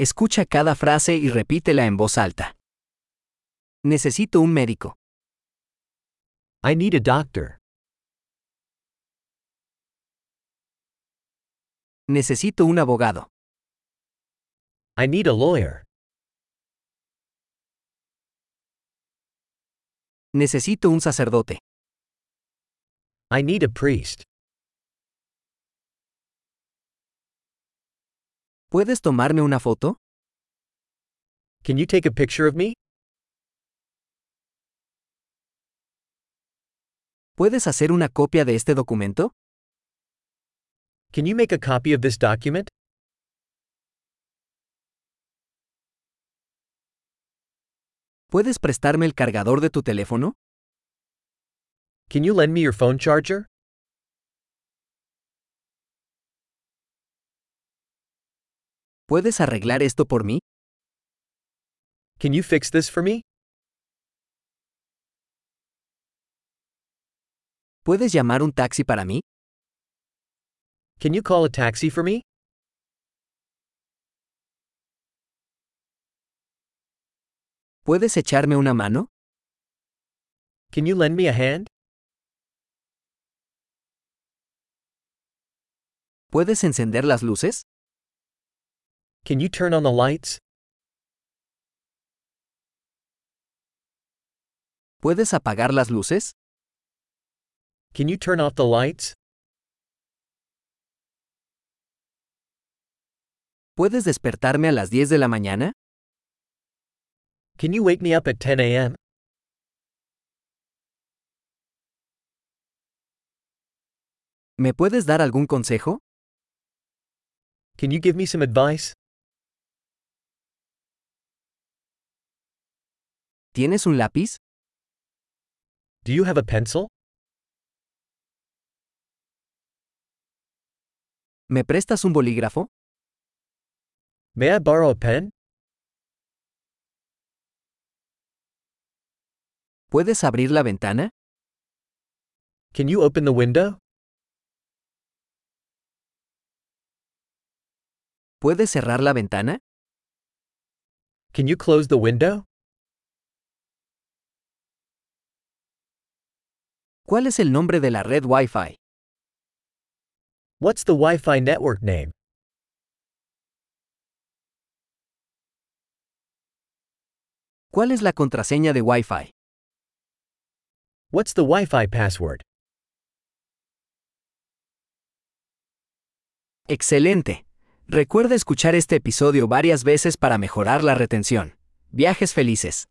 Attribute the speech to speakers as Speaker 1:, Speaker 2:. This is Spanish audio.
Speaker 1: Escucha cada frase y repítela en voz alta. Necesito un médico.
Speaker 2: I need a doctor.
Speaker 1: Necesito un abogado.
Speaker 2: I need a lawyer.
Speaker 1: Necesito un sacerdote.
Speaker 2: I need a priest.
Speaker 1: ¿Puedes tomarme una foto?
Speaker 2: Can you take a picture of me?
Speaker 1: ¿Puedes hacer una copia de este documento?
Speaker 2: Can you make a copy of this document?
Speaker 1: ¿Puedes prestarme el cargador de tu teléfono?
Speaker 2: Can you lend me your phone charger?
Speaker 1: ¿Puedes arreglar esto por mí?
Speaker 2: Can you fix this for me?
Speaker 1: ¿Puedes llamar un taxi para mí?
Speaker 2: Can you call a taxi for me?
Speaker 1: ¿Puedes echarme una mano?
Speaker 2: Can you lend me a hand?
Speaker 1: ¿Puedes encender las luces?
Speaker 2: Can you turn on the lights?
Speaker 1: ¿Puedes apagar las luces?
Speaker 2: Can you turn off the lights?
Speaker 1: ¿Puedes despertarme a las 10 de la mañana?
Speaker 2: Can you wake me up at 10 a.m.?
Speaker 1: ¿Me puedes dar algún consejo?
Speaker 2: Can you give me some advice?
Speaker 1: ¿Tienes un lápiz?
Speaker 2: Do you have a pencil?
Speaker 1: ¿Me prestas un bolígrafo?
Speaker 2: May I borrow a pen?
Speaker 1: ¿Puedes abrir la ventana?
Speaker 2: Can you open the window?
Speaker 1: ¿Puedes cerrar la ventana?
Speaker 2: Can you close the window?
Speaker 1: ¿Cuál es el nombre de la red Wi-Fi?
Speaker 2: What's the Wi Fi network name?
Speaker 1: ¿Cuál es la contraseña de Wi-Fi?
Speaker 2: What's the Wi Fi password?
Speaker 1: Excelente. Recuerda escuchar este episodio varias veces para mejorar la retención. Viajes felices.